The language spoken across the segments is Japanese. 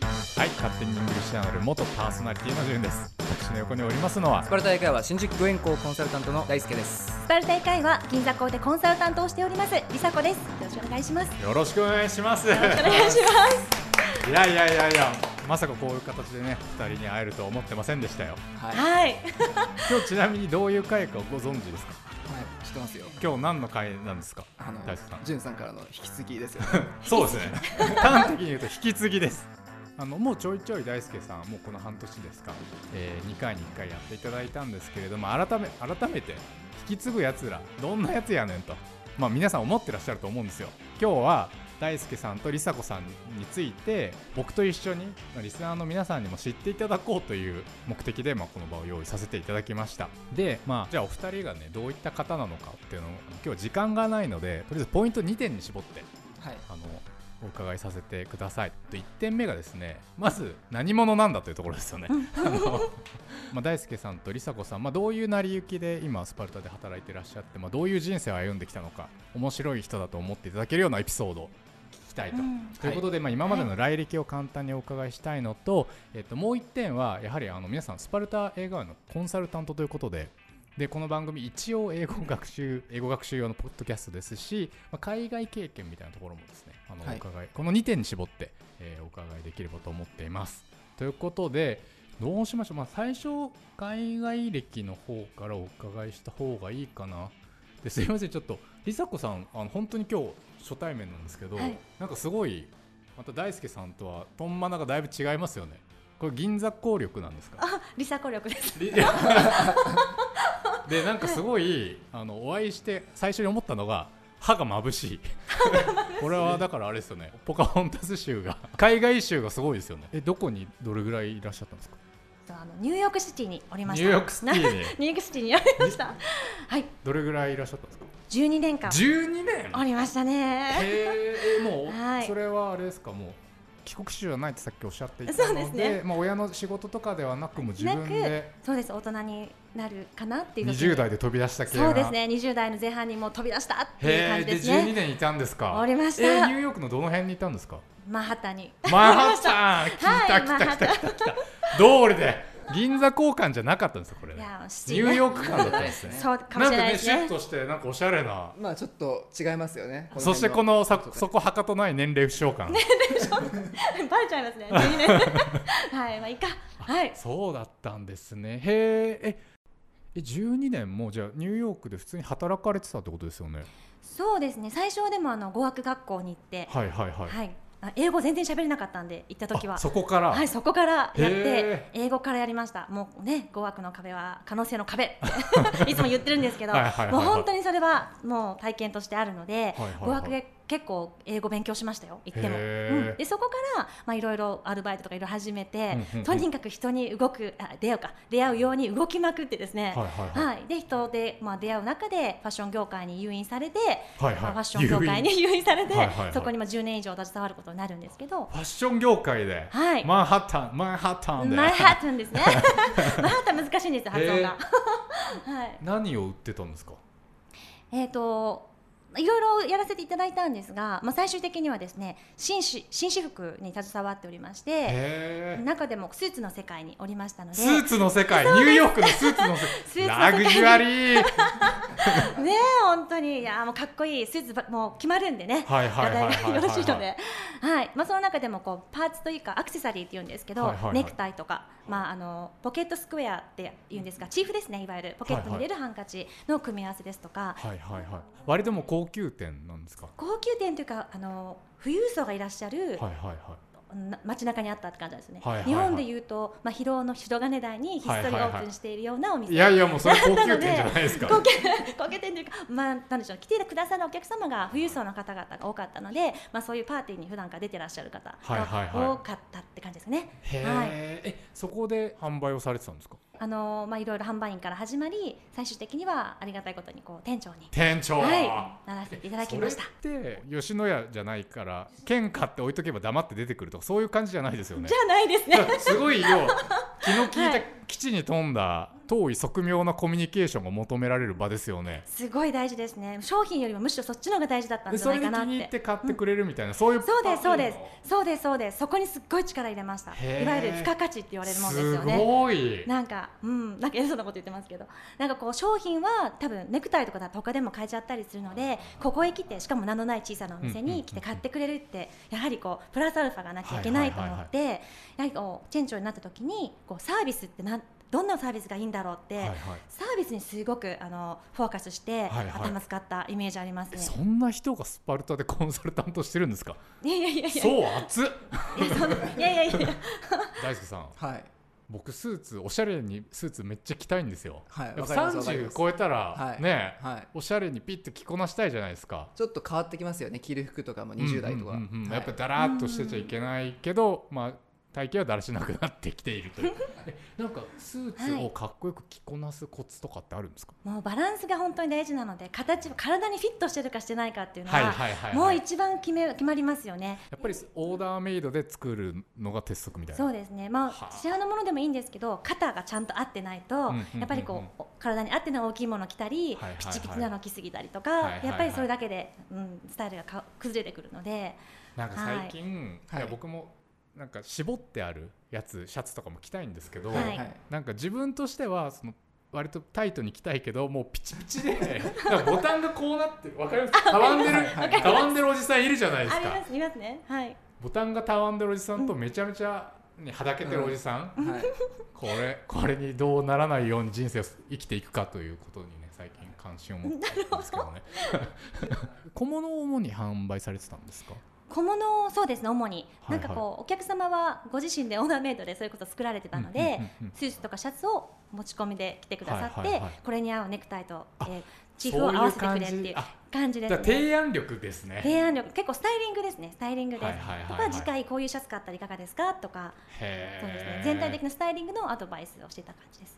勝手にイングリッシュアナル元パーソナリティの順です私の横におりますのはスパルタ英会話新宿御苑校コンサルタントの大輔です。スパルタ英会話銀座校でコンサルタントをしておりますりさこですよろしくお願いしますよろしくお願いし ますいお願いしますやいやいやいやまさかこういう形でね二人に会えるとは思ってませんでしたよはい。はい、はい今日ちなみにどういう会かご存知ですか知ってますよ。今日何の会なんですかあの大輔さん潤さんからの引き継ぎですよね。そうですね端的に言うと引き継ぎですあのもうちょいちょい大輔さんもうこの半年ですか、え2回に1回やっていただいたんですけれども改め改めて引き継ぐやつらどんなやつやねんと、まあ、皆さん思ってらっしゃると思うんですよ今日は大輔さんと梨紗子さんについて僕と一緒にまあリスナーの皆さんにも知っていただこうという目的で、まあ、この場を用意させていただきましたで、まあ、じゃあお二人がねどういった方なのかっていうのを今日時間がないのでとりあえずポイント2点に絞ってはい。あのお伺いさせてくださいと1点目がですねまず何者なんだというところですよね。あのまあ、大輔さんと梨紗子さん、まあ、どういう成り行きで今スパルタで働いていらっしゃって、まあ、どういう人生を歩んできたのか面白い人だと思っていただけるようなエピソードを聞きたいと。うんということで、まあ、今までの来歴を簡単にお伺いしたいのと、えっと、もう1点はやはりあの皆さんスパルタ映画のコンサルタントということででこの番組一応英語学習英語学習用のポッドキャストですし、まあ、海外経験みたいなところもですねあの、はいお伺いこの2点に絞って、えーお伺いできればと思っています。ということでどうしましょう、まあ、最初海外歴の方からお伺いした方がいいかな。ですいませんちょっと梨紗子さんあの本当に今日初対面なんですけど、はいなんかすごいまた大輔さんとはとんまながだいぶ違いますよねこれ銀座効力なんですかありさこ力ですででなんかすごいあのお会いして最初に思ったのが歯が眩し いこれはだからあれですよねポカホンタス州が海外州がすごいですよねえどこにどれぐらいいらっしゃったんですかあのニューヨークシティにおりましニュたーヨークシテニュィにーヨークシティにおりましたはいどれぐらいいらっしゃったんですか12年間12年おりましたねへえもう、 はいそれはあれですかもう帰国子女じゃないってさっきおっしゃっていたそのうでですねまあ、親の仕事とかではなくもう自分でそうです大人になるかなっていう時に20代で飛び出した系なそうですね20代の前半にもう飛び出したっていうへ感えじでです12ね年いたんですかおりましたえーニューヨークのどの辺にいたんですかマンハッタンにマンハッタンは来いた来た来た来た来た道理で銀座交換じゃなかったんですよこれいねやシティニューヨーク感だったんですねそうかもしれないですねんかねシュッとしてなんかおしゃれなまあちょっと違いますよね。そしてこのさちょっとねそこはかとない年齢不詳感 バレちゃいますね。12年はい、まあいいか。はい。そうだったんですね。へえ。え、12年もじゃあニューヨークで普通に働かれてたってことですよね。そうですね。最初はでもあの語学学校に行って、はいはいはい。はい。あ英語全然喋れなかったんで行った時はあ。そこから。はい、そこからやっへて英語からやりました。もうね、語学の壁は可能性の壁っ ていつも言ってるんですけど、はいはいはいはいもう本当にそれはもう体験としてあるので、はいはいはい語学で結構英語勉強しましたよ。行っても。へーうん、でそこからまあいろいろアルバイトとかいろいろ始めてうんうんうん、とにかく人に動くあ出会うか出会うように動きまくってですね。はいはいはい。はい、で人で、まあ、出会う中でファッション業界に誘引されて、はいまあファはッい。ション業界誘引。に誘引されて、はいはいはいそこにまあ10年以上携わることになるんですけど、ファッション業界で。はいマンハッタン、マンハッタンで。マンハッタン ですねマンハッタン難しいんですよ発音が、はい何を売ってたんですか。えっ、といろいろやらせていただいたんですが、まあ、最終的にはですね紳士紳士服に携わっておりましてへえ。中でもスーツの世界におりましたのでスーツの世界、ニューヨークのスーツの世 スーツの界。世ラグ界ジュアリー。 ねえ本当にいやもうかっこいいスーツばもう決まるんでねはいはいはいはいはい話題がよろしいので、はいまあ、その中でもこうパーツというかアクセサリーって言うんですけど、はいはいはいネクタイとか、まあ、あのポケットスクエアって言うんですがチーフですねいわゆるポケットに入れるハンカチの組み合わせですとか、はいはいはい。割ともう高級店なんですか。は高級店というかあの富裕層がいらっしゃいる、はいはい。な街中にあったって感じなんですね、はいはいはい日本でいうと、まあ、広尾の白金台にひっそりオープンしているようなお店いやいやもうそれ高級店じゃないですから。高級高級店というか、まあ、なんでしょう来てくださるお客様が富裕層の方々が多かったので、まあ、そういうパーティーに普段から出てらっしゃる方はいはいがはい多かったって感じですね。へーはいえそこで販売をされてたんですかあのまあ、いろいろ販売員から始まり最終的にはありがたいことにこう店長に、店長はい、ならせていただきました。それって吉野家じゃないから県買って置いとけば黙って出てくるとかそういう感じじゃないですよねじゃないですね。すごいよ気の利いたはい基地に富んだ遠い側面なコミュニケーションが求められる場ですよね。すごい大事ですね商品よりもむしろそっちの方が大事だったんでじゃそなれいでか気なっに入ってて買ってくれるみたいな、そういうそうですそうですパそうですそうですそこにすっごい力入れましたへーいわゆる付加価値って言わタれーンるのもんですよすねごいなんかうんなんか偉そうなこと言ってますけどなんかこう商品は多分ネクタイとかだと他でも買えちゃったりするのでここへ来てしかも名のない小さなお店に来て買ってくれるってやはりこうプラスアルファがなきゃいけないと思ってやはりこう店長になった時にこうサービスってなんどんなサービスがいいんだろうって、はいはいサービスにすごくあのフォーカスして、はいはい頭使ったイメージありますね。そんな人がスパルタでコンサルタントしてるんですか。いやいやいやいやそう熱っ。いやそんないやいやいやいや大輔さん、はい僕スーツおしゃれにスーツめっちゃ着たいんですよ。はいやっぱわかりますわかりま30す超えたはらいね、はいおしゃれにピッと着こなしたいじゃないですか。ちょっと変わってきますよね着る服とかも20代とか、うんうんうんうんはいやっぱだらーっとしてちゃいけないけど、まあ体型はだらしなくなってきている というえなんかスーツをかっこよく着こなすコツとかってあるんですか、もうバランスが本当に大事なので形体にフィットしてるかしてないかっていうのは,、はい、はいはいはいもうや一番決め決まりますよね。っぱりオーダーメイドで作るのが鉄則みたいなそううですね、まはああ、市販のものでもいいんですけど肩がちゃんと合ってないと、うんうんうんうんやっぱりこう体に合ってない大きいもの着たはいり、はいはいピチピチなの着すぎたりとか、はいはいはいやっぱりそれだけで、うん、スタイルがか崩れてくるのでなんか最近、はい、やいはい僕もなんか絞ってあるやつシャツとかも着たいんですけど、はいなんか自分としてはその割とタイトに着たいけどもうピチピチでなんかボタンがこうなってるわかりますたわんでるはいたわんでるおじさんいるじゃないあですりかます見ますねはいボタンがたわんでるおじさんとめちゃめちゃねはだけてるおじさん、はいこれこれにどうならないように人生を生きていくかということにね最近関心を持ってるんですけど ね小物を主に販売されてたんですか 小物をそうですね主に、はいはいなんかこうお客様はご自身でオーダーメイドでそれこそ作られてたので、うんうんうんうんスーツとかシャツを持ち込みで着てくださって、はいはいはいこれに合うネクタイと、えーチーフそをうい合わうせてく感れっていじうあ感じでだからすね提案力ですね提案力結構スタイリングですねスタイリングです、はいはいはいはいとか次回こういうシャツ買ったらいかがですかとかへそうです、ねえ、全体的なスタイリングのアドバイスをしてた感じです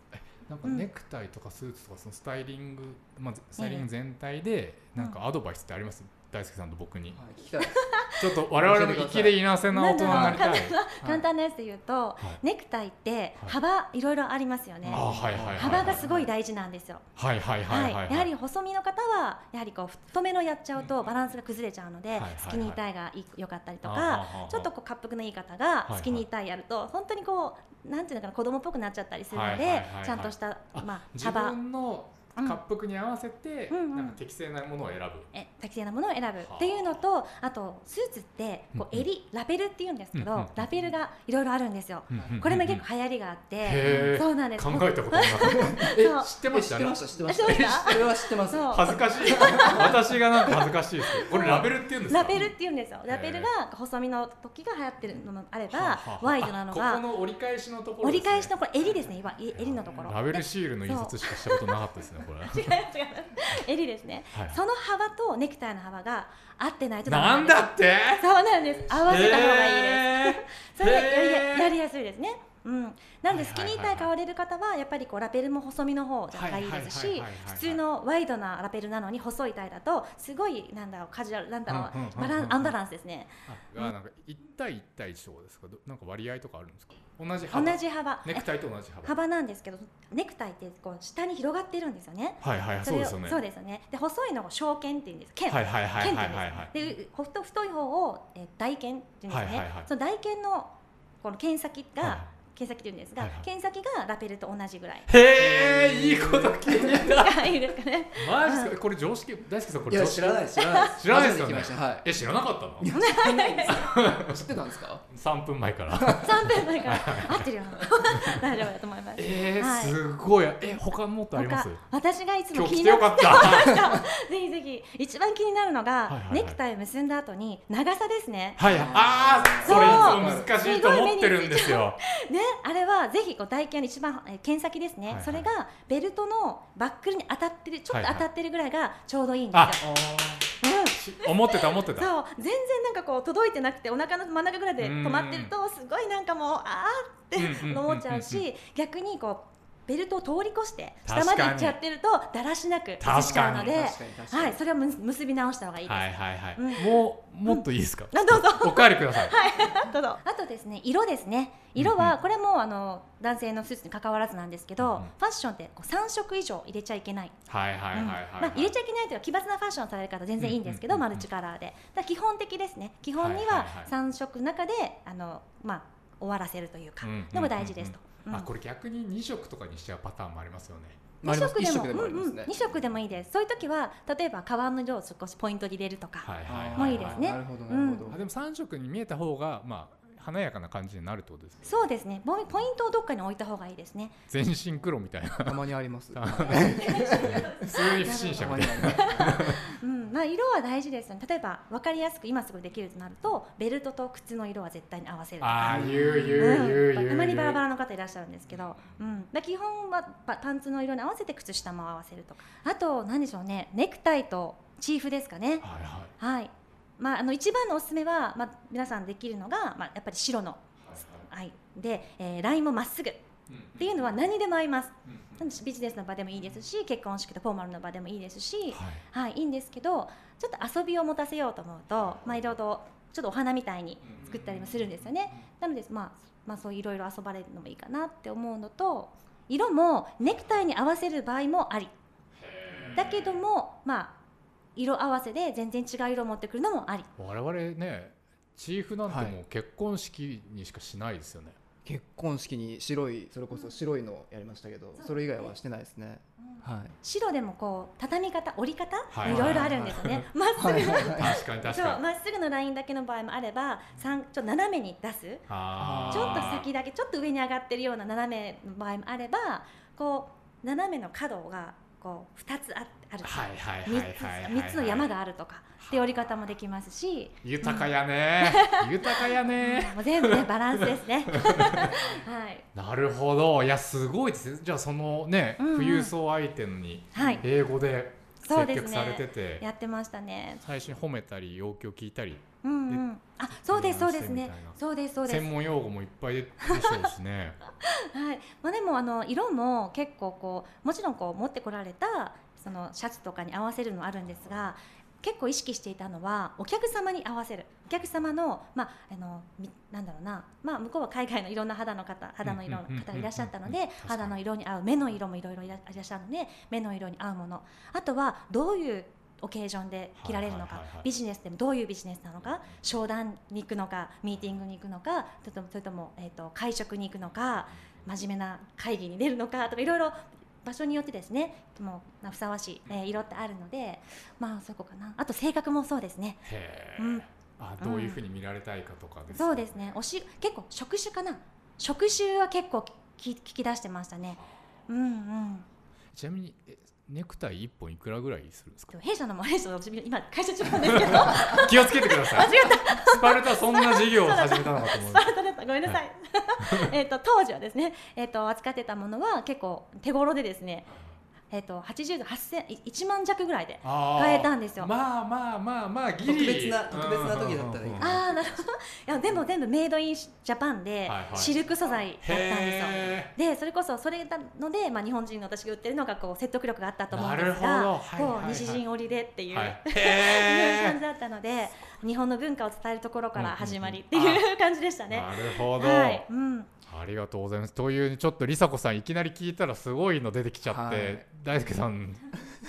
なんかうんネクタイとかスーツとかそのスタイリング、まあ、スタイリング全体でなんかアドバイスってあります、大輔さんと僕に聞きたいですちょっと我々も粋でいなせな大人になりたいなんだろう 簡単なやつで言うと、はいネクタイって幅いろいろありますよね、あはいはいはい幅がすごい大事なんですよ はいはいははいいはい、やはり細身の方はやはりこう太めのやっちゃうとバランスが崩れちゃうのはいではいはいスキニータイがいい良かったりとあはあはあはかあちょっとこう恰幅のいい方いがはいスキニータイやると本当にこうなんていうのかな子供っぽくなっちゃったりするのはいはいではいはいちゃんとしたあまあ自幅分の恰幅に合わせて、うんうんうんなんか適正なものを選ぶ、え適正なものを選ぶっていうのとあとスーツってこううんうん襟ラベルっていうんですけうんうんどラベルがいろいろあるんですよ。これも結構流行りがあっへーてそうなんです。考えたことなかったえ そう知ってえま知しったてねました知ってましあ知ってましたたそれは知ってますそう恥ずか しい私がなんか恥ずかしいですけどこれラベルって言うんですかラベルって言うんですよ。ラベルが細身の時が流行ってるのもあれば、ワイドなのあがここの折り返しのところ折り返しとのこれ襟ですね。今い襟のところ。ラベルでシールの印刷しかしたことなかったですねこれ違う違う。 襟ですね。はいその幅とネクタイの幅が合ってないとダメなんですだってそうなんです。合わせた方がいいです。すそれでやりへやーやりやすいですね。うん、なんはいはいはいはいでスキニータイ買われる方はやっぱりこうラベルも細身の方じゃいいですはいはいはしいはいはい普通のワイドなラベルなのに細いタイだとすごいなんだろうカジュアルなんだろうんうんうんうんうバランアンバランスですねあなんか一対一対一緒ですかどなんか割合とかあるんですか同じ同幅じ幅ネクタイと同じ幅幅なんですけどネクタイってこう下に広がってるんですよねはいはいはいそうれをですよねそうですよねで細いのを小剣って言うんです剣、はいはいはい剣はっいてはいはい言うんですでほ太太い方を、えー、大剣って言うんですね、はいはいはいその大剣のこの剣先が、はい剣先って言うんですが、はいはい剣先がラベルと同じぐらいへえいいこと聞いたいいですかねマジですかこれ常識大好きさんこいれや常識知らないです知らないです知らないですよね初めて聞きました はいえ知らなかったのいや知らない です知ってたんですか3分前から 三分前から合って るよな大丈夫だと思いますえはー、いすごいえ他もっとあります他私がいつ今も日気来てになよってかったぜひぜひ一番気になるのが、いはいはいネクタイを結んだ後に長さですねはいああそうそれいつも難しいと思ってるんですよね、あれはぜひこう台形の一番えー剣先ですね、はいはいそれがベルトのバックルに当たってるちょっとはいはい当たってるぐらいがちょうどいいんですよ。うん思ってた思ってたそう全然なんかこう届いてなくてお腹の真ん中ぐらいで止まってるとすごいなんかもうあーうんうんっうんうんて思っちゃうし逆にこうベルトを通り越して下確かまにで行っちゃってるとだらしなく確かに崩しちゃうので確かに確かにはい、それはむ結び直した方がいいです。はいはいはい、うんもうもっといいですか、あどうぞおかわりください、どうぞあとですね色ですねうん色はこれもあの男性のスーツに関わらずなんですけど、うんうんファッションってこう3色以上入れちゃいけないはい、はいはいはいはい、うんまあ、入れちゃいけないというか奇抜なファッションをされる方は全然いいんですけど、うんうんうんマルチカラーでだから基本的ですね基本にはいははいはい3色の中であの、まあ、終わらせるというかうんうんうんうんのも大事ですと。うんあこれ逆に2色とかにしちゃうパターンもありますよねまあ2色でもあります一色でもありますねうんうん、2色でもいいですそういう時は例えば革の色を少しポイントに入れるとか、はいはいはあいーもういいですねなるほどなるほあどでも3色に見えた方がまあ華やかな感じになるってことですねそうですねポイポイントをどっかに置いた方がいいですね全身黒みた いなたまにあ りますあ普通に不審者たみたまいになありますうんまあ、色は大事ですよね例えば分かりやすく今すぐできるとなるとベルトと靴の色は絶対に合わせるとかああ言う言ううん言う言う、たまにバラバララの方いらっしゃるんですけど、うん、だ基本はパパンツの色に合わせて靴下も合わせるとかあと何でしょうねネクタイとチーフですかねはいはいはいまああの一番のおすすめは、まあ、皆さんできるのが、まあ、やっぱり白の、はい、で、えーラインもまっすぐっていうのは何にでも合いますなんでビジネスの場でもいいですし結婚式とフォーマルの場でもいいですし、はいはい、いいんですけどちょっと遊びを持たせようと思うと、まあ、いろいろちょっとお花みたいに作ったりもするんですよね。なので、まあ、まあそういろいろ遊ばれるのもいいかなって思うのと色もネクタイに合わせる場合もありだけども、まあ、色合わせで全然違う色を持ってくるのもあり我々ねチーフなんてはいもう結婚式にしかしないですよね、結婚式に白いそれこそ白いのやりましたけどそれ以外はしてないですねは白でもこう畳み方折り方、はいいろいろあるんです よね。まっすいぐ はいはいはい確かに確そうかにまっすぐのラインだけの場合もあればさんちょっと斜めに出すあーちょっと先だけちょっと上に上がってるような斜めの場合もあればこう斜めの角がこう2つああるはいはいはい三つはいはい三つの山があるとかって折り方もできますし、豊かやね豊かやねもう全部 ねバランスですね。はい、なるほどいやすごいですねじゃあそのね、うんうん富裕層相手にはい英語でそ接うです客ねされてて、やってましたね。最初に褒めたり要求聞いたりうんうん。あ、そうですそうです提案しねてみたいな。そうですそうです。専門用語もいっぱいでしょうし ねはい、まあ、でもあの色も結構こうもちろんこう持ってこられたそのシャツとかに合わせるのあるんですが結構意識していたのはお客様に合わせるお客様の,、まあ、あのみなんだろうな、まあ、向こうは海外のいろんな肌の方肌の色うのんうんうんうん方がいらっしゃったのうんうでん確かに肌の色に合う目の色もいろいろいらいらっしゃるので目の色に合うものあとはどういうオケージョンで着られるのか、はいはいはいはいビジネスでもどういうビジネスなのか商談に行くのかミーティングに行くのかそれともそれとも、えー、と会食に行くのか真面目な会議に出るのかとかいろいろ場所によってですねもうふさわしい、えー色ってあるのでまあそういうことかなあと性格もそうですねへえ、うんあどういうふうに見られたいかとかですねそうですねおし結構職種かな職種は結構き聞き出してましたねうんうんちなみにえネクタイ一本いくらぐらいするんですかでも弊社のも弊社の自分今会社違うんです けどあ気をつけてください違ったスパルタそんな事業を始めたのかと思うスパルタだったごめん なさいえっと当時はですね、えっと扱ってたものは結構手頃でですねえっ、と80度8000 1万弱ぐらいで変変えたんですよまあまあまあまあギリ特別な特別な時だったらいいうんうんうんうんああなるほどいやでも全部メイドインジャパンではいはいシルク素材だったんですよ、へでそれこそそれなので、まあ、日本人の私が売ってるのがこう説得力があったと思うんですなるほどがはいはいこはいう西陣織でっていえう、はいいうへ 感じだったので日本の文化を伝えるところから始まりってうんうんうんいう感じでしたえね。なるほど、はいうん、ありがとうございますというちょっと梨紗子さんいきなり聞いたらすごいの出てきちゃって、はい大輔さ ん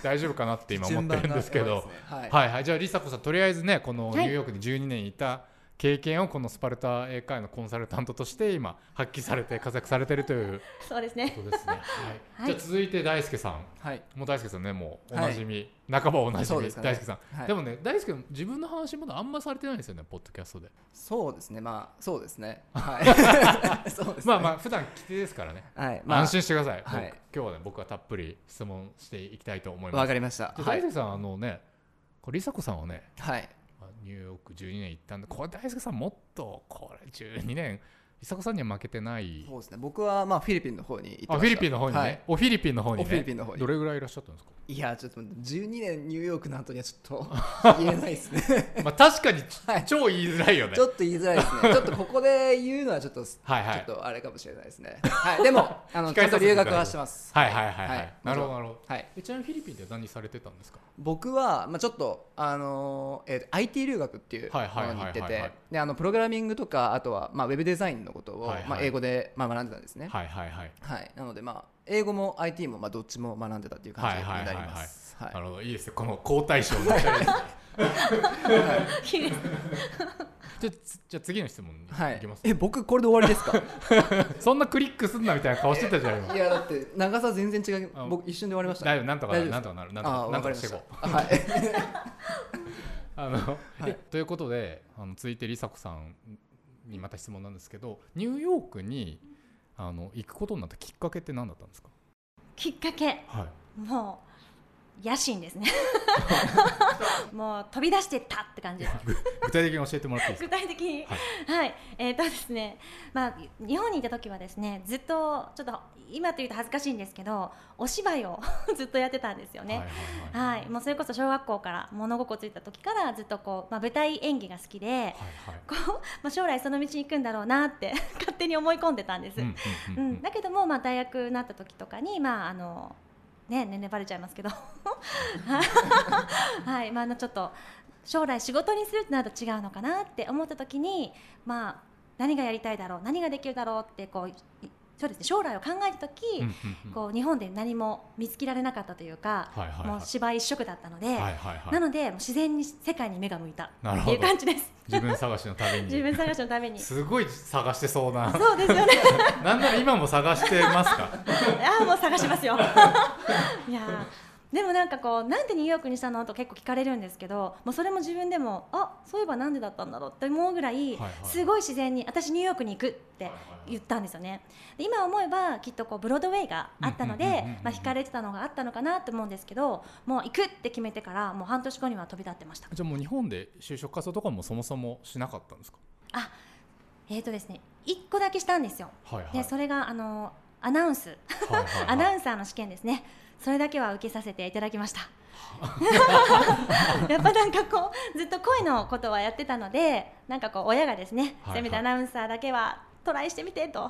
大丈夫かなって今思ってるんですけ順番どがやばいですねはいはいはい、じゃあ、梨紗子さん、とりあえずね、このはニいューヨークに12年いた経験を、このスパルタ英会のコンサルタントとして、今、発揮されて、活躍されてるというそうですこね。 とですね。は、はいいじゃあ、続いて大輔さん。はいもう大輔さんね、もうおはいなじみ、半ばおなじそうみ、ですかね大輔さん、はいでもね、大輔、自分の話、まだあんまされてないんですよね、ポッドキャストで。そうですねま あそうですねはいそうですねまあまあ、普段聞き手ですからね、はいまあ安心してください、はい僕今日はね、僕はたっぷり質問していきたいと思いまわす。かりましたでは大い輔さん、あのね、これ梨紗子さんはね、はいまあニューヨーク12年行ったんでこれ大輔さんもっとこれ12年伊坂さんには負けてないそうですね僕はまあフィリピンの方に行ってましたあフィリピンの方にね、はいおフィリピンの方にねおフィリピンの方にどれぐらいいらっしゃったんですかいやちょっと待って12年ニューヨークの後にはち ょっと言えないですねまあ確かに、はい超言いづらいよね ちょっと言いづらいです ねちょっとここで言うのはちょっとはいはいちょっとあれかもしれないですねはいでもあ 控のえちゃんさとせて留学はしてますはいはいはいはい、はいなるほどなるほどはいえちなみにフィリピンで何されてたんですか僕は、まあ、ちょっと、あのーえーと IT 留学っていうもはいはいはのいにはい行はいっててであのプログラミングとかあとは、まあ、ウェブデザインのことを、はいはいまあ、英語で、まあ、学んでたんですね、はいはいはいはい、なので、まあ、英語も IT も、まあ、どっちも学んでたっていう感じにはいはいはいなりはいますはいなるほどいいですねこの好対象のじゃあつじゃあ次の質問にはいいきます、え僕これで終わりですか そんなクリックすんなみたいな顔してたじゃん今 いやだって長さ全然違うあ僕一瞬で終わりました大丈夫なんとかなる大なんと丈かなるなんとあかーなわんとかかりましてしいたこうあはい あの、はいえということであの続いて梨紗子さんにまた質問なんですけどニューヨークにあの行くことになったきっかけって何だったんですか、きっかけはい、もう野心ですねもう飛び出してったって感じです 具体的に教えてもらっていいです具か体的にははいい、えっ、とですねまあ日本にいた時はですねずっとちょっと今というと恥ずかしいんですけどお芝居を ずっとやってたんですよ ね、はいはいはいはい、もうそれこそ小学校から物心ついた時からずっとこう、まあ、舞台演技が好きではいはいこう、まあ、将来その道に行くんだろうなって勝手に思い込んでたんです、ううんんうんうんうんだけども、まあ、大学になった時とかにまああのね年齢バレちゃいますけど はいまああのちょっと将来仕事にするってなると違うのかなって思った時にまあ何がやりたいだろう何ができるだろうってこういそうですね将来を考えた時、うんうんこう日本で何も見つけられなかったというか、はいはいはいもう芝居一色だったので、はいはいはいなのでもう自然に世界に目が向いたなるっほてどいう感じです。自分探しのために 自分探しのため に。そすごい探してそうな うですよね。なんなら今も探して ますかああもう探しますよ。いやーでもなんかこうなんでニューヨークにしたのと結構聞かれるんですけど、もうそれも自分でもあそういえばなんでだったんだろうって思うぐらい、いはいすごい自然に私ニューヨークに行くってはいはいはい言ったんですよね。で今思えばきっとこうブロードウェイがあったのうんうんうんでうんうん、まあ惹かれてたのがあったのかなと思うんですけど、もう行くって決めてからもう半年後には飛び立ってました。じゃあもう日本で就職活動とかもそもそもしなかったんですかえーとですね一個だけしたんですよ。はいはいでそれがあのアナウンス アナウンサーの試験ですね。それだけは受けさせていただき ました。やっぱなんかこうずっと声のことはやってたので、なんかこう親がですね、はいはいせめてアナウンサーだけはトライしてみて と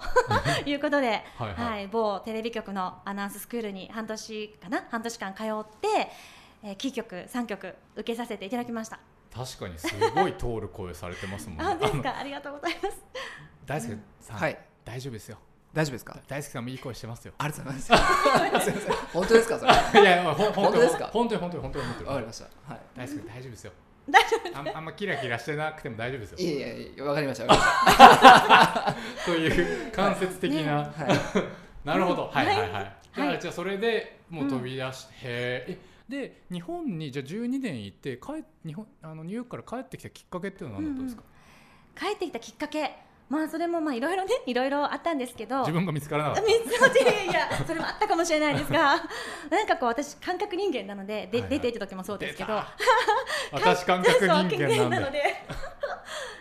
いうことで、はいはい某テレビ局のアナウンススクールに半年かな半年間通って、えー、キー局三局受けさせていただきました。確かにすごい通る声されてますもんねあ本当ですのかありがとうございます。大輔さん、はい大丈夫ですよ大丈夫ですか大輔さんもいい声してますよありがとうございますすいません本当ですかそれいやいやほん本当ですか本当に本当に本当に本当にわかりましたはい大輔大丈夫ですよ大丈夫あんあんまキラキラしてなくても大丈夫ですいよやいやいやわかりましたわかという間接的な、りましたはいなるほど、うんはいはいはい、はじいゃあ、はいじゃあそれでもう飛び出して、へーえで日本にじゃあ12年行って帰日本あのニューヨークから帰ってきたきっかけっていうのは何だったんですか、帰ってきたきっかけ、まあそれもまあいろいろねいろいろあったんですけど自。分が見つからなかっ三つ星いやそれもあったかもしれないで すがなんかこう私感覚人間なのではで、いはい出ていた時もそたうですけど出た私感覚人間なんでで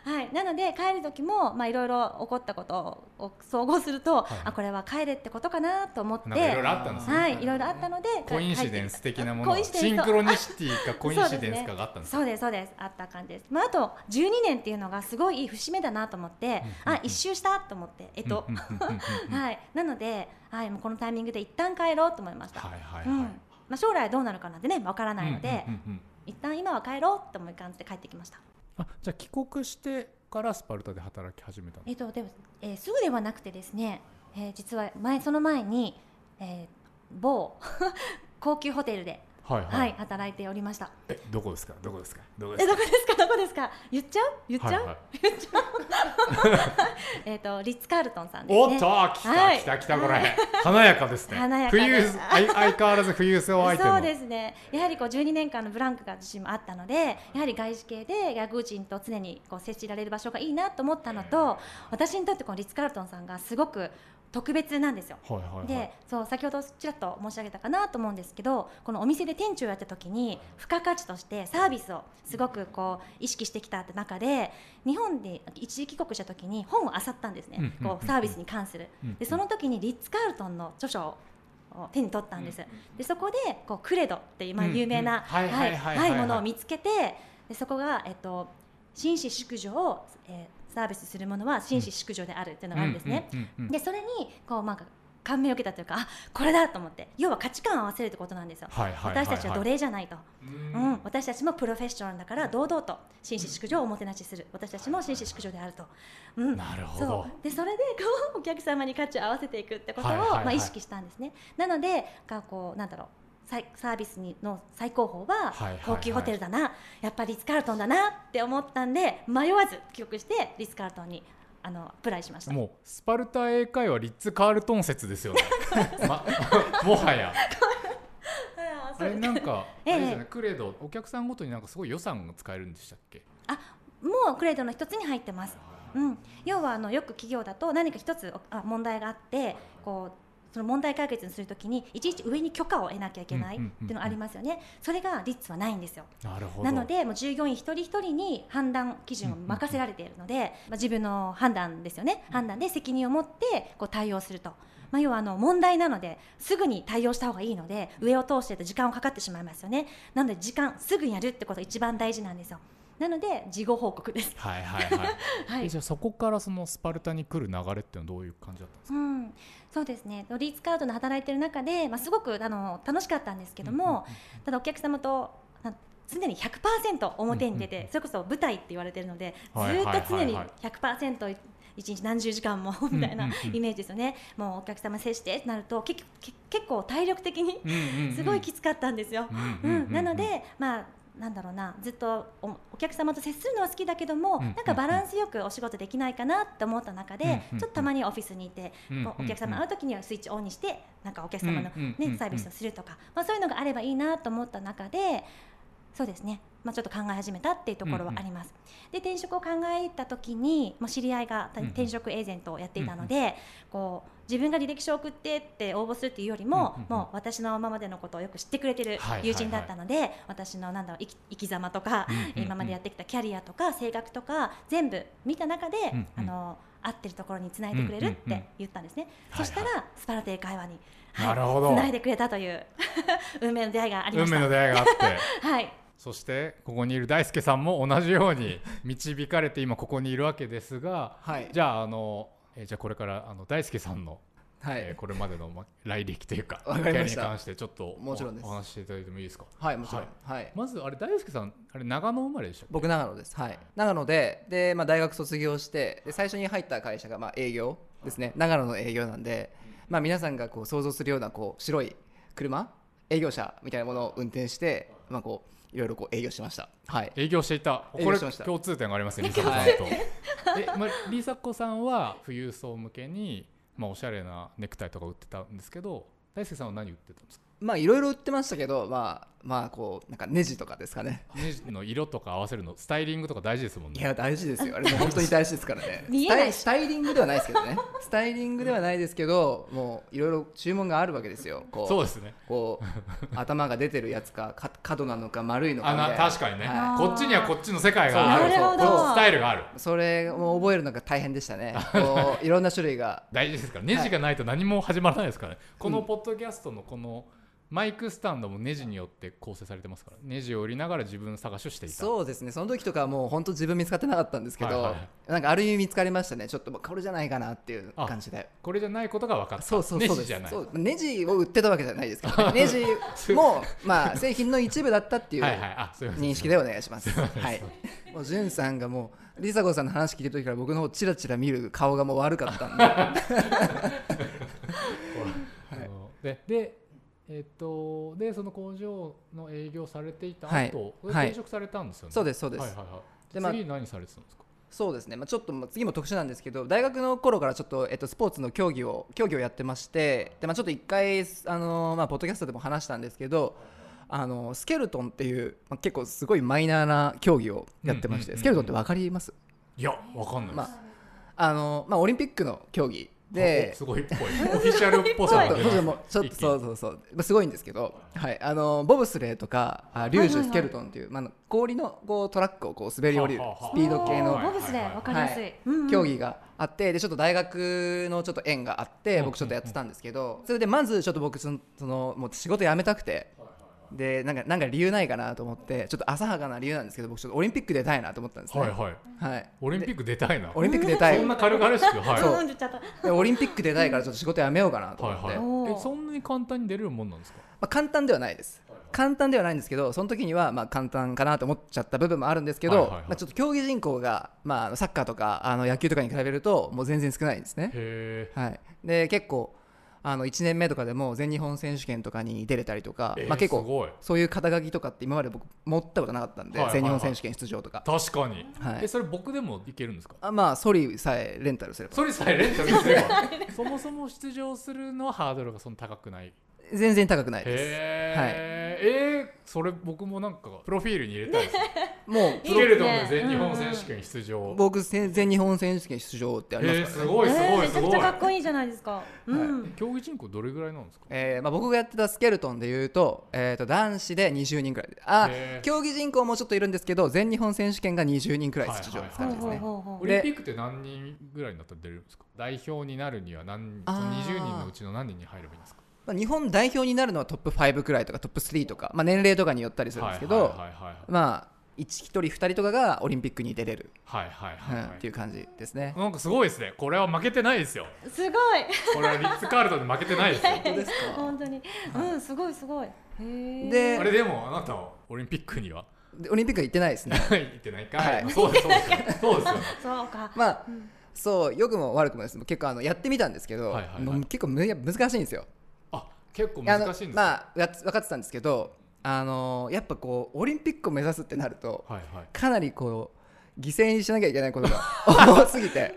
はいなので帰る時もまあいろいろ起こったことを総合するはと、いあこれは帰れってことかなと思ってなんかいろいろあったんですね、はいいろいろあったのでコインシデン帰スってき的なものコがインシデンスシンクロニシティかコインシデンスかがあったんですかそうですそうですあった感じですまああと12年っていうのがすごいいい節目だなと思って、うんうんあ一周したと思ってえっとうん、うんうんうんうんはいはいなのではいもうこのタイミングで一旦帰ろうと思いました、はいはい、うんまあ、将来どうなるかなんてねわからないので、うんうんうんうん一旦今は帰ろうと思う感じで帰ってきました、あじゃあ帰国してからスパルタで働き始めたのえっとでもえーすぐではなくてですね、えー実は前その前に、えー某 高級ホテルで、はいはい働いておりましたえどこですかどこですかどこですえどかこですかどこですか言っちゃう言っちゃう、はいはいえっ、とリッツ・カールトンさんですおねっと来たはい来た来たこれ華やかですね華やか富で裕相相変わらず富裕層相手のそうですねやはりこう12年間のブランクが自身もあったのでやはり外資系で外国人と常にこう接しられる場所がいいなと思ったのと私にとってこのリッツ・カールトンさんがすごく特別なんですよ。はいはいはいでそう先ほどちらっと申し上げたかなと思うんですけどこのお店で店長をやった時に付加価値としてサービスをすごくこう意識してきたって中で日本で一時帰国した時に本を漁ったんですね、うんうんうんうんこうサービスに関する、うんでその時にリッツ・カールトンの著書を手に取ったんです、でそこでこうクレドっていう、まあ、うんうん有名はなはいいははいいはいはいはいものを見つけてでそこが、えっと、紳士淑女を、えーサービスするものは紳士淑女であるっていうのがあるんですね。うんうんうんうんでそれにこうなんか感銘を受けたというかあこれだと思って要は価値観を合わせるってことなんですよ。はいはいはい私たちは奴隷じゃないと、うんうん、私たちもプロフェッショナルだから堂々と紳士淑女をおもてなしする私たちも紳士淑女であると、うん、なるほそどうでそれでこう お客様に価値を合わせていくってことを、はいはいはいまあ、意識したんですねなのでがこうなんだろうさいサービスにの最高峰はいはいはい高級ホテルだな、やっぱりリッツ・カールトンだなって思ったんで迷わず帰国してリッツ・カールトンにあのアプライしましたもうスパルタ英会話リッツ・カールトン説ですよね、ま、 もは やああーそうれですなんか、ええあれですよねクレドお客さんごとになんかすごい予算が使えるんでしたっけもうクレードの一つに入ってます。うん、要はあのよく企業だと何か一つおあ問題があってこうその問題解決にするときにいちいち上に許可を得なきゃいけないっうんうんうんうんていうのがありますよね。それがリッツはないんですよ。なるほどなのでもう従業員一人一人に判断基準を任せられているので、まあ、自分の判断ですよね判断で責任を持ってこう対応すると、まあ、要はあの問題なのですぐに対応した方がいいので上を通してると時間をかかってしまいますよねなので時間すぐやるってことが一番大事なんですよなので事後報告です、はいはいはい、 はえいじゃあそこからそのスパルタに来る流れっていうのはどういう感じだったんですかうん、そうですねリーツカードで働いてる中で、まあ、すごくあの楽しかったんですけども、ただお客様とな常に100%表に出て、うんうんうそれこそ舞台って言われてるので、はいはいはいはいずーっと常に100%一日何十時間も みたいうんなうんうんイメージですよね、もうお客様接してってなると結局け結構体力的にうんうんうんすごいきつかったんですよ。うんううんうんうんん、なので、まあなんだろうなずっとおお客様と接するのは好きだけども、うんなんかバランスよくお仕事できないかなって思った中で、うんうんうんちょっとたまにオフィスにいて、うんこうお客様会う時にはスイッチオンにしてなんかお客様の、ねうんうんうんうんサービスをするとか、まあ、そういうのがあればいいなと思った中でそうですね、まあ、ちょっと考え始めたっていうところはあります。で転職を考えた時に、まあ、知り合いがたうんうん転職エージェントをやっていたので、こう自分が履歴書を送ってって応募するっていうよりも、うんうんうんもう私の今までのことをよく知ってくれてるはいはいはい友人だったので、私のなんだろう生き生き様とか、うんうんうん今までやってきたキャリアとか性格とか全部見た中で、うんうんあの合ってるところにつないでくれるっうんうんうんて言ったんですね、はいはいそしたら、スパルテ会話に、なるほどつないでくれたという運命の出会いがありま運した。命の出会いがあって はいそしてここにいる大輔さんも同じように導かれて今ここにいるわけですがはいじゃああのえじゃあこれからあの大輔さんの、はえーい、これまでのま来歴というかわかりましキたャリアに関してちょっとおもちろんですお話ししていただいてもいいですかはい、もちろんは、はい、まずあれ大輔さんあれ長野生まれでしたっけ僕長野です、はい、長野でで、まあ、大学卒業してで最初に入った会社が、まあ、営業ですね長野の営業なんで、まあ、皆さんがこう想像するようなこう白い車営業車みたいなものを運転して、まあ、こういろいろこう営業してました、はい、営業していた営こ業れしてました共通点がありますよリサコさんと、えまあ、リサコさんは富裕層向けに、まあ、おしゃれなネクタイとか売ってたんですけど大輔さんは何売ってたんですかまあいろいろ売ってましたけどまあまあこうなんかネジとかですかねネジの色とか合わせるのスタイリングとか大事ですもんいねや大事ですよあれもう本当に大事ですからね 見えないスタイスタイリングではないですけどね スタイリングではないですけどもういろいろ注文があるわけですよこうそうですねこう頭が出てるやつかか角なのか丸いのかみたいあなな確かにね、はこっちにはこっちの世界があなるるほどこのスタイルがあるいそれを覚えるのが大変でした ねこういろんな種類が大事ですからネジがないと何も始まらないですからね、このポッドキャストのこのマイクスタンドもネジによって構成されてますからネジを売りながら自分探しをしていたそうですねその時とかはもう本当自分見つかってなかったんですけど、はいはいはなんかある意味見つかりましたねちょっともうこれじゃないかなっていうあ感じでこれじゃないことが分かったそうそうそネうでジじゃなすいそうネジを売ってたわけじゃないです けど、ね、ネジもまあ製品の一部だったっていうはいはいあそういうこと認識でお願いし ます。はい。もうじゅんさんがもうりさこさんの話聞いてる時から僕の方チラチラ見る顔がもう悪かったん で、あのででえっとでその工場の営業されていた後、はいこれはい転職されたんですよね、そうですそうですはいはいはいでまあ次何されてたんですかそうですね。まあちょっともう次も特殊なんですけど、大学の頃からちょっとえっとスポーツの競技を競技をやってまして、でまあちょっと一回あのまあポッドキャストでも話したんですけど。あのスケルトンっていう、まあ、結構すごいマイナーな競技をやってまして、うんうんうんうんスケルトンって分かりますいやわかんないです、まああの、まあ、オリンピックの競技でおすごいっぽいオフィシャルっぽちょさっがと出 ちょっともまうちょっとそううそうそう、まあ、すごいんですけど、はい、あのボブスレーとかあリュージュ、スケルトンっていう、まああの、氷のこうトラックをこう滑り降りるはあはあはあスピード系おはいのーボブスでわかりやす。はいうんうん競技があってでちょっと大学のちょっと縁があって僕ちょっとやってたんですけどそれでまずちょっと僕そのそのもう仕事辞めたくてでなんかなんか理由ないかなと思ってちょっと浅はかな理由なんですけど僕ちょっとオリンピック出たいなと思ったんですねはいはいはいオリンピック出たいなオリンピック出たいそんな軽々しくはいそううん言っちゃった。でオリンピック出たいからちょっと仕事辞めようかなと思って、はいまはおいーえそんなに簡単に出れるもんなんですかあ、簡単ではないです簡単ではないんですけどその時にはまあ簡単かなと思っちゃった部分もあるんですけど、はいはいはいまあ、ちょっと競技人口が、まああの、サッカーとかあの野球とかに比べるともう全然少ないんですねへはい、で結構あの1年目とかでも全日本選手権とかに出れたりとか、えまあ、す結構ごいそういう肩書きとかって今まで僕持ったことなかったんで、はいはいはい全日本選手権出場とか確かにはいえそれ僕でもいけるんですかあまあソリさえレンタルすればそれさえレンタルすれば そもそも出場するのはハードルがそんな高くない全然高くないですへーえーそれ僕もなんかプロフィールに入れたいですもスケルトンいでいですね全日本選手権出う場僕せん全日本選手権出場ってありますえーからすね、ごいすごえいーすめごちゃいくちゃかっこいいじゃないですか。うん。競技人口どれぐらいなんですかえーまあ、僕がやってたスケルトンでいうと,、えー、と男子で20人くらいであへー競技人口もちょっといるんですけど全日本選手権が20人くらい出場ですはいはからでいすね、ほうほうほオうリンピックって何人ぐらいになったら出れるんですか代表になるには何そのあー20人のうちの何人に入ればいいんですかまあ、日本代表になるのはトップ5くらいとかトップ3とか、まあ、年齢とかによったりするんですけど、はいはいはいまあ一人2人とかがオリンピックに出れる、はいはいうんはいはっていう感じですねい。なんかすごいですねこれは負けてないですようすごい。これはリッツ・カールトンで負けてないですよ本当です本当に。うんすごいすごい。へーであれでもあなたはオリンピックにはでオリンピックは行ってないですね。行ってないかはいまあそうですそうですよそうですよねそうか。まあ、そう良くも悪くもです結構あのやってみたんですけはど、いはいはいもう結構むや難しいんですよ。あ結構難しいんですあねのまあわ分かってたんですけど、あのやっぱこうオリンピックを目指すってなると、はいはいかなりこう犠牲にしなきゃいけないこ とが多すぎて、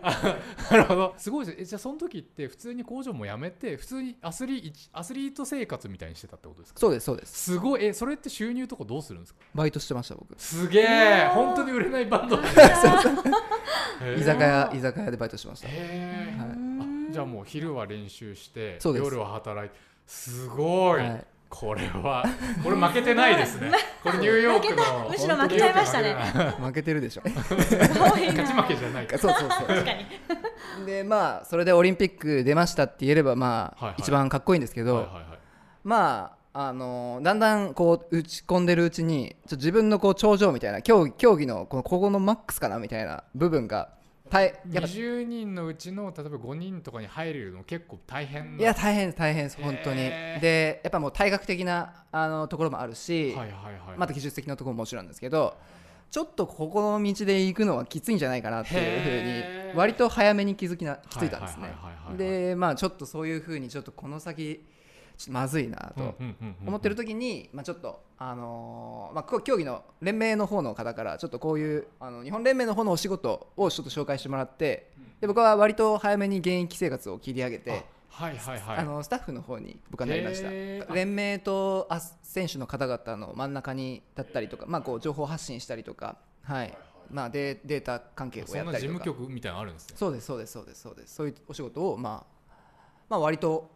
なるほどすごいですねえじゃあその時って普通に工場も辞めて普通にアスリーアスリート生活みたいにしてたってことですかそうですそうです。すごいえそれって収入とかどうするんですかバイトしてました僕。すげえ本当に売れないバンドだねへー居酒屋居酒屋でバイトしてました。へはいうーんあじゃあもう昼は練習してそうです夜は働いてすごい、はいこれはこれ負けてないですねこれニューヨークの負けたむしろ負けちゃいましたね本当に負けてるで しょ。すごいな勝ち負けじゃないかそうそうそう。確かに。でまあそれでオリンピック出ましたって言えればまあ、はいはい一番かっこいいんですけど、はいはいはいまああのだんだんこう打ち込んでるうちにちょっと自分のこう頂上みたいな競技競技のこのここのマックスかなみたいな部分が大やっぱい20人のうちの例えば5人とかに入るの結構大変なや大変です大変です本当にへーでやっぱもう体学的なあのところもあるし、はいはいはいまた技術的なところももちろんですけどちょっとここの道で行くのはきついんじゃないかなっていうふうへにー割と早めに気づきな気づいたんですはねいはいはいはいはいでまあちょっとそういうふうにちょっとこの先ちょっとまずいなとうんうんうんうん思ってる時に、まあ、ちょっと、あのーまあ、こう競技の連盟の方の方からちょっとこういうあの日本連盟の方のお仕事をちょっと紹介してもらってで僕は割と早めに現役生活を切り上げて。あはいはいはいあのスタッフの方に僕はなりましたへーあ連盟とあ選手の方々の真ん中に立ったりとか、まあ、こう情報発信したりとか、はいまあ、デデータ関係をそやんっなた事りと務か局みたいなのあるんですねそうですそうですそうですそうですそういうお仕事を、まあ、まあ割と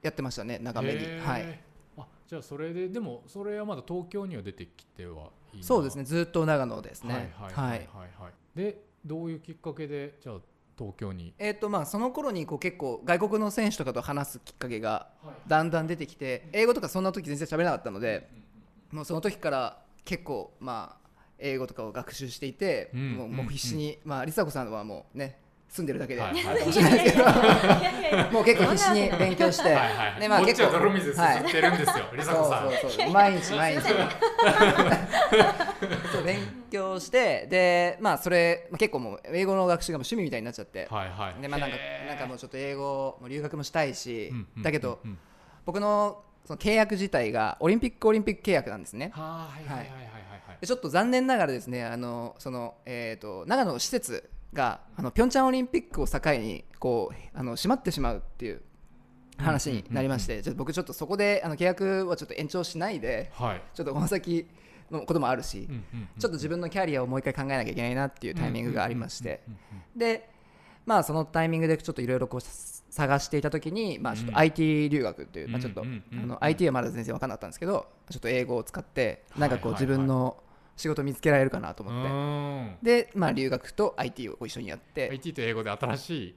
やってましたね長めにへ、ーはい、あじゃあそれででもそれはまだ東京には出てきてはいないそうですねずっと長野ですねはいはいはいはい、はい、でどういうきっかけでじゃあ東京にえーとまあ、その頃にこう結構外国の選手とかと話すきっかけがだんだん出てきて英語とかそんな時全然喋れなかったのでもうその時から結構まあ英語とかを学習していてうんもううんもう必死にまあ梨紗子さんはもうね住んでるだけではあいれはいかもしれないですけどもう結構必死に勉強してはいはいねまあこっちは結構泥水すすってるんですよ、梨紗子そうさんそうそう毎日毎 日そう勉強してでまあそれまあ結構もう英語の学習がもう趣味みたいになっちゃってはいはいでまあなんかへーなんかもうちょっと英語も留学もしたいし、うんうんだけど、うんうん僕のその契約自体がオリンピックオリンピック契約なんですねはーいはいはいはいはいはいでちょっと残念ながらですねあのその、えー、と長野の施設があのピョンチャンオリンピックを境にこうあの閉まってしまうっていう話になりまして、ちょっと僕ちょっとそこであの契約はちょっと延長しないではいちょっとこの先のこともあるし、うんうんちょっと自分のキャリアをもう一回考えなきゃいけないなっていうタイミングがありましてでまあそのタイミングでちょっといろいろこう探していた時に、まあ、ちょっうんと IT 留学っていう、まあ、ちょっと、うんうんうんあの IT はまだ全然分かんなかったんですけどちょっと英語を使ってなんかこうはいはいはい自分の仕事見つけられるかなと思って、うんで、まあ、留学と IT を一緒にやって、 IT と英語で新しい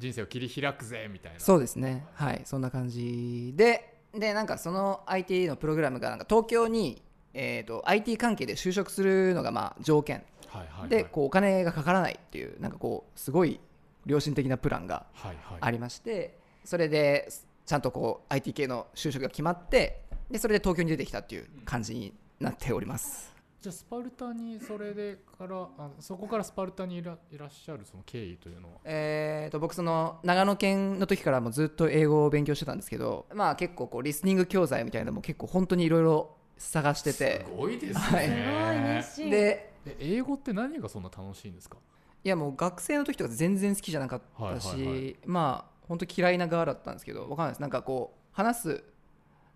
人生を切り開くぜみたいなそうですねはいそんな感じででなんかその IT のプログラムがなんか東京に、えー、と IT 関係で就職するのがまあ条件はいはいはいでこうお金がかからないっていうなんかこうすごい良心的なプランがはいはいありましてそれでちゃんとこう IT 系の就職が決まってでそれで東京に出てきたっていう感じになっておりますじゃあスパルタにそれでからあそこからスパルタにいらいらっしゃるその経緯というのはえー、と僕その長野県の時からもずっと英語を勉強してたんですけどまあ結構こうリスニング教材みたいなのも結構本当にいろいろ探しててすごいですね、はいすごい熱心でで英語って何がそんな楽しいんですかいやもう学生の時とか全然好きじゃなかったし、はいはいはいまあ本当嫌いな側だったんですけどわかんないですなんかこう話す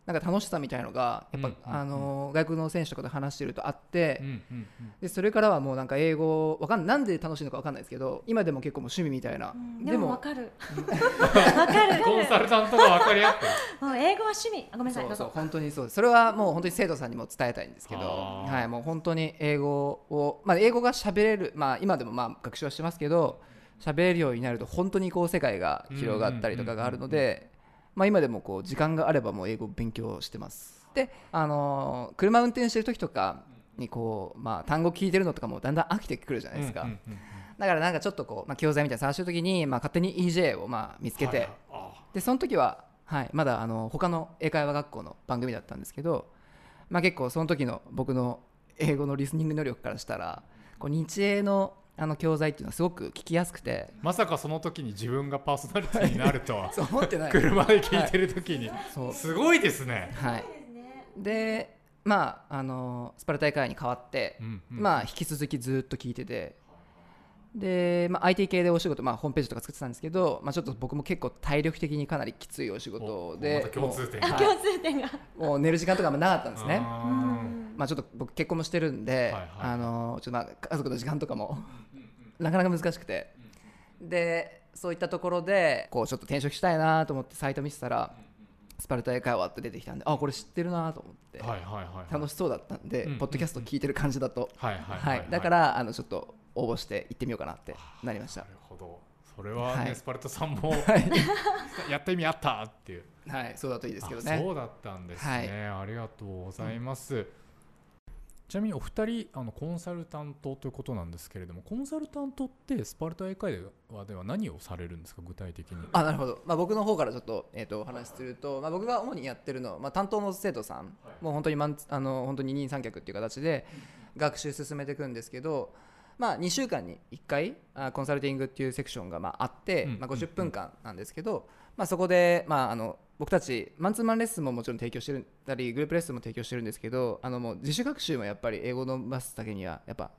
なんか楽しさみたいのがやっぱ、うんうんうんあの外国の選手とかと話してるとあって、うんうんうんでそれからはもうなんか英語わかんなんで楽しいのかわかんないですけど今でも結構もう趣味みたいな、うんででももわか るわかるコンサルタントが分かり合ってるもう英語は趣味あごめんなさいそうそうどうぞ本当にそうですそれはもう本当に生徒さんにも伝えたいんですけど、あーはい、もう本当に英語を、まあ、英語が喋れる、まあ、今でもまあ学習はしてますけど喋れるようになると本当にこう世界が広がったりとかがあるので、まあ、今でもこう時間があればもう英語を勉強してますで、あのー車運転してる時とかにこう、まあ、単語聞いてるのとかもだんだん飽きてくるじゃないですか、うんうんうんうんだからなんかちょっとこう、まあ、教材みたいなの探してる時に、まあ、勝手に EJ をまあ見つけて、はいあでその時は、はい、まだあの他の英会話学校の番組だったんですけど、まあ、結構その時の僕の英語のリスニング能力からしたらこう日英のあの教材っていうのはすごく聞きやすくてまさかその時に自分がパーソナリティになるとはそう思ってない車で聞いてる時にそうすごいですね、はいでまああのスパルタ英会話に変わって、うんうんまあ引き続きずっと聞いててで、まあ、IT 系でお仕事、まあ、ホームページとか作ってたんですけど、まあ、ちょっと僕も結構体力的にかなりきついお仕お事までた共通点がもうあはい共通点がもう寝る時間とかもなかったんですねあうーんまあ、ちょっと僕結婚もしてるんで、はいはいあのちょっとまあ家族の時間とかもなかなか難しくて、でそういったところでこうちょっと転職したいなと思ってサイト見てたら、スパルタ英会話って出てきたんであこれ知ってるなと思って、はいはいはい楽ししそうだったんで、うんうんうんポッドキャスト聞いてる感じだと、はいはいはいだからあのちょっと応募して行ってみようかなってなりましたなる、ほどそれはね、はいスパルタさんも やった意味あったっていうはい、そうだといいですけどあねそうだったんですね、ありがとうございます、ちなみにお二人あのコンサルタントということなんですけれどもコンサルタントってスパルタ英会話では何をされるんですか具体的にあなるほど、まあ、僕の方からちょっと,、えー、とお話しすると、まあ、僕が主にやってるのは、まあ、担当の生徒さん、もう本当にマンツあの本当に二人三脚っていう形で学習進めていくんですけど、まあ、2週間に1回あコンサルティングっていうセクションがまああって、うんまあ、50分間なんですけど、まあ、そこで、まあ、あの僕たちマンツーマンレッスンももちろん提供してるたりグループレッスンも提供してるんですけどあのもう自主学習もやっぱり英語を伸ばすだけにはやっぱ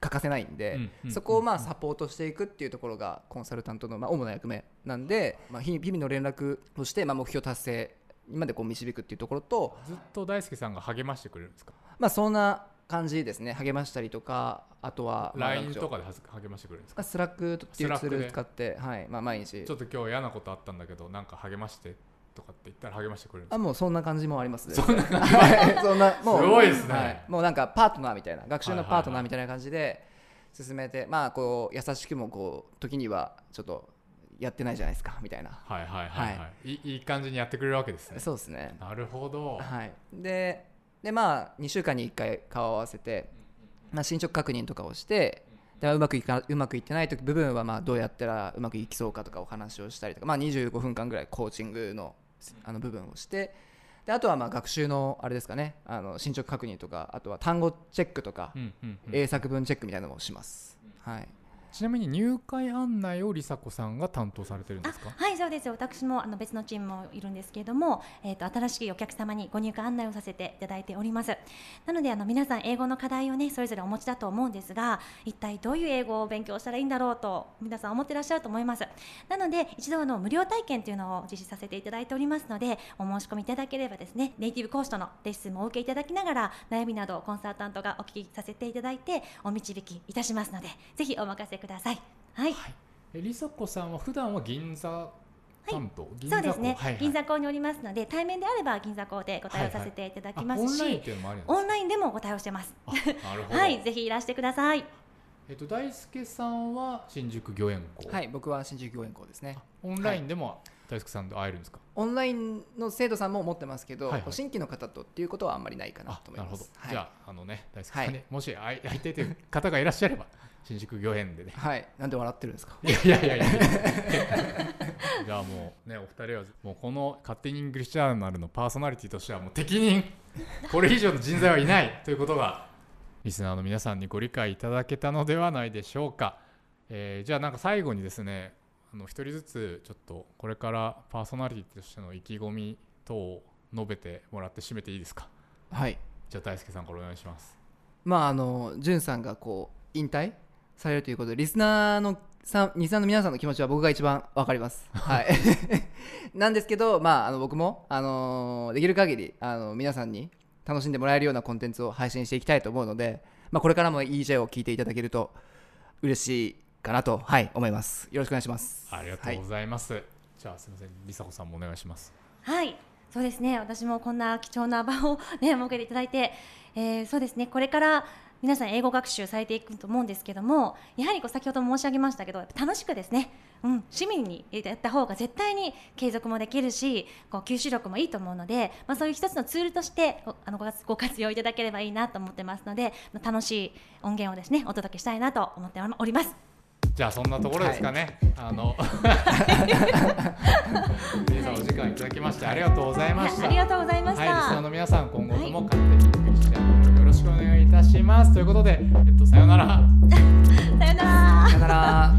欠かせないんで、うんうんそこをまあサポートしていくっていうところがコンサルタントのまあ主な役目なんで、まあ、日々日々の連絡をしてまあ目標達成にまでこう導くっていうところと、ずっと大輔さんが励ましてくれるんですかまあ、そんな感じですね励ましたりとかあとはまあ LINE 学長とかではず励ましてくれるんですかまあスラックっていうツー Slack ルでを使って、はいまあ、毎日ちょっと今日嫌なことあったんだけどなんか励ましてとかって言ったら励ましてくれるんであすかもうそんな感じもありますねそんな感じはい そんなもうすごいですねはいもうなんかパートナーみたいな学習のパートナーみたいな感じで進めて、まあこう優しくもこう時にはちょっとやってないじゃないですかみたいなはいはいはい、はい、いいいい感じにやってくれるわけですねそうですねなるほど、はい、ででまあ2週間に1回顔を合わせて、まあ、進捗確認とかをしてでうまくいかうまくいってない時部分はまあどうやったらうまくいきそうかとかお話をしたりとか、まあ、25分間ぐらいコーチングのあの部分をしてであとはまあ学習のあれですかねあの進捗確認とかあとは単語チェックとか、うんうんうん英作文チェックみたいなのもします、はい、ちなみに入会案内を梨紗子さんが担当されてるんであすかはいそうです私もあの別のチームもいるんですけれども、えー、と新しいお客様にご入会案内をさせていただいておりますなのであの皆さん英語の課題をねそれぞれお持ちだと思うんですが一体どういう英語を勉強したらいいんだろうと皆さん思ってらっしゃると思いますなので一度あの無料体験というのを実施させていただいておりますのでお申し込みいただければですねネイティブ講師とのレッスンもお受けいただきながら悩みなどをコンサルタントがお聞きさせていただいてお導きいたしますのでぜひお任せくださいはいえ梨紗子さんは普段は銀座関東銀そ座うですね、はいはい銀座校におりますので対面であれば銀座校でご対は応いはいさせていただきますし、あオンラインっていうのもありなんオンラインでもご対応してますですかあなるほど、はいぜひいらしてくださいえっと大輔さんは新宿御苑校はい僕は新宿御苑校ですねオンラインでも大輔さんと会えるんですか、オンラインの生徒さんも持ってますけど、はいはいこう新規の方とっていうことはあんまりないかなあと思ないるほまどす、はい、じゃああのね大輔さんね、もし会い会いたいという方がいらっしゃれば新宿御苑で ねはいなんで笑ってるんですかいやいやいやいやじゃあもうねお二人はもうこの「勝手にイングリッシュアナル」のパーソナリティとしてはもう適任これ以上の人材はいないということがリスナーの皆さんにご理解いただけたのではないでしょうか、えーじゃあなんか最後にですねあの一人ずつちょっとこれからパーソナリティとしての意気込み等を述べてもらって締めていいですかはいじゃあ大輔さんからお願いしますまああのじゅんさんがこう引退されるということでリスナーのさんリスナーの皆さんの気持ちは僕が一番わかり ます。はい。なんですけど、まあ、あの僕も、あのーできる限り、あの皆さんに楽しんでもらえるようなコンテンツを配信していきたいと思うので、まあ、これからも EJ を聞いていただけると嬉しいかなと、はい、思います。よろしくお願いします。ありがとうございます、じゃあすみません梨紗子さんもお願いしますはい、そうですね。私もこんな貴重な場をね設けていただいて、えーそうですね。これから皆さん英語学習されていくと思うんですけども、やはりこう先ほども申し上げましたけど、やっぱ楽しくですね。うん、市民にやった方が絶対に継続もできるし、こう吸収力もいいと思うので、まあそういう一つのツールとしておあのご活ご活用いただければいいなと思ってますので、まあ楽しい音源をですねお届けしたいなと思っております。じゃあそんなところですかね。あの、 皆さんお時間いただきましてありがとうございました。はいありがとうございました。はい、リスナーの皆さん今後とも勝手に聞くチャンネルよろしくお願いいたします。ということで、えっとさようなら。さよなら。さよなら。